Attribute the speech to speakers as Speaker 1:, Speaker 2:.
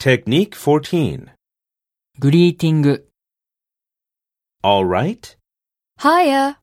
Speaker 1: Technique 14.
Speaker 2: グリーティング。
Speaker 1: All right?
Speaker 3: Hiya.